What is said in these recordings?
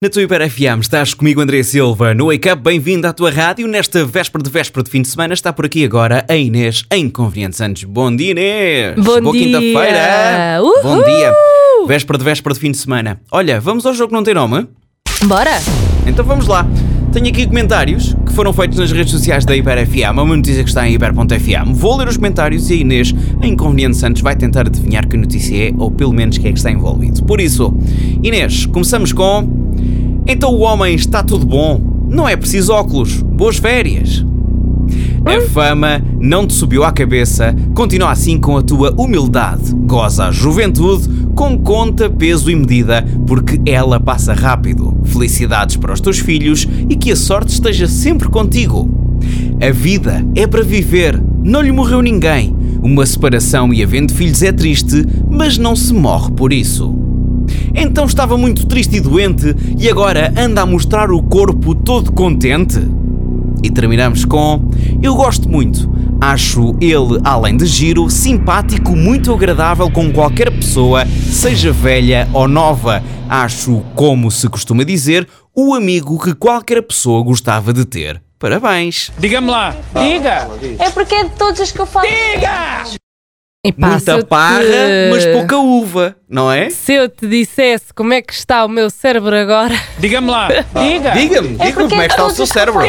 Na tua Hiper FM estás comigo André Silva no Wake Up, bem-vindo à tua rádio nesta véspera de véspera de fim de semana está por aqui agora a Inês em Inconveniente Santos. Bom dia Inês! Bom Boa dia! quinta-feira! é? Uhul! Bom dia! Véspera de véspera de fim de semana. Olha, vamos ao jogo que não tem nome? Bora! Então vamos lá. Tenho aqui comentários que foram feitos nas redes sociais da Hiper FM, uma notícia que está em hiper.fm. Vou ler os comentários e a Inês, a Inconveniente Santos, vai tentar adivinhar que notícia é, ou pelo menos quem é que está envolvido. Por isso, Inês, começamos com. Então o homem está tudo bom? Não é preciso óculos. Boas férias! A fama não te subiu à cabeça, continua assim com a tua humildade. Goza a juventude com conta, peso e medida, porque ela passa rápido. Felicidades para os teus filhos e que a sorte esteja sempre contigo. A vida é para viver, não lhe morreu ninguém. Uma separação e havendo filhos é triste, mas não se morre por isso. Então estava muito triste e doente e agora anda a mostrar o corpo todo contente? E terminamos com: Eu gosto muito. Acho ele, além de giro, simpático, muito agradável com qualquer pessoa, seja velha ou nova. Acho, como se costuma dizer, o amigo que qualquer pessoa gostava de ter. Parabéns! Diga-me lá, diga! É porque é de todos os que eu falo. E pá, se eu Muita te- parra, mas pouca uva, não é? Se eu te dissesse como é que está o meu cérebro agora, Diga-me lá, diga! Diga-me, diga-me porque como é que está o todos seu os cérebro.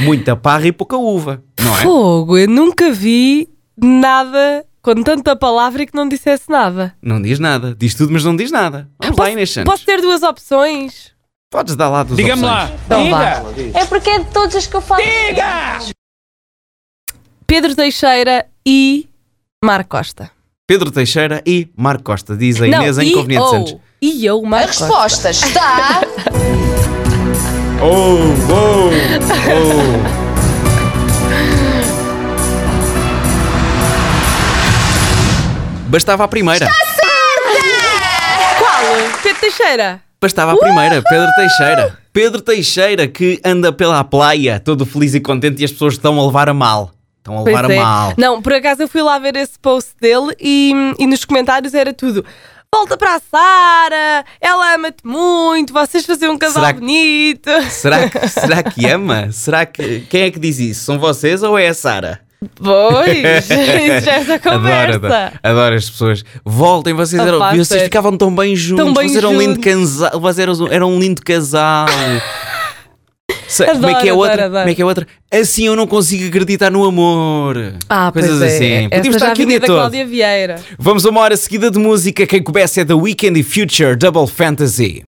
Muita parra e pouca uva, não é? fogo, eu nunca vi nada com tanta palavra e que não dissesse nada. Não diz nada. Diz tudo, mas não diz nada. Vamos lá, Inês Santos. Posso ter duas opções? Podes dar lá dos Diga-me lá, Então diga! É porque é de todos os que eu falo. Pedro Teixeira e Mar Costa. Pedro Teixeira e Marco Costa. Diz a Inês em e Inconveniente ou, Santos. E eu, A Mar Costa. resposta está. Oh, oh, oh. Bastava a primeira. Qual? Pedro Teixeira. Bastava a primeira. Pedro Teixeira. Pedro Teixeira que anda pela plaia todo feliz e contente e as pessoas estão a levar a mal. Estão a Pois levar a é. mal. Não, por acaso eu fui lá ver esse post dele e, e nos comentários era tudo. Volta para a Sara, ela ama-te muito, vocês fazem um casal Será que- bonito. Será que, será que ama? Será que. Quem é que diz isso? São vocês ou é a Sara? Pois, isso já é essa Adoro, conversa. adoro, adoro as pessoas. Voltem, vocês, Ah, eram, pá, vocês sério. ficavam tão bem juntos. Tão bem vocês eram um lindo juntos. casal. Vocês eram, eram um lindo casal. Se- como é que é Adoro, outra? adoro, adoro. Como é que é outra? Assim eu não consigo acreditar no amor. Ah, pois Coisas é. assim. Essa Podíamos estar já aqui o vinha dia da todo. Cláudia Vieira. Vamos a uma hora seguida de música. Quem começa é The Weekend e Future Double Fantasy.